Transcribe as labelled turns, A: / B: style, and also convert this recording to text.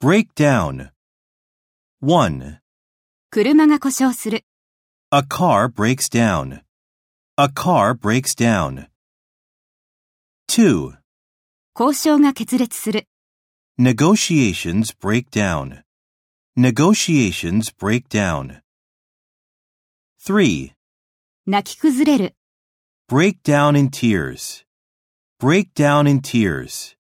A: Break down. 1.
B: 車が故障する。
A: A car breaks down. A car breaks down. 2.
B: 交渉が決裂する。
A: Negotiations break down. Negotiations break down. 3.
B: 泣き崩れる。
A: Break down in tears. Break down in tears.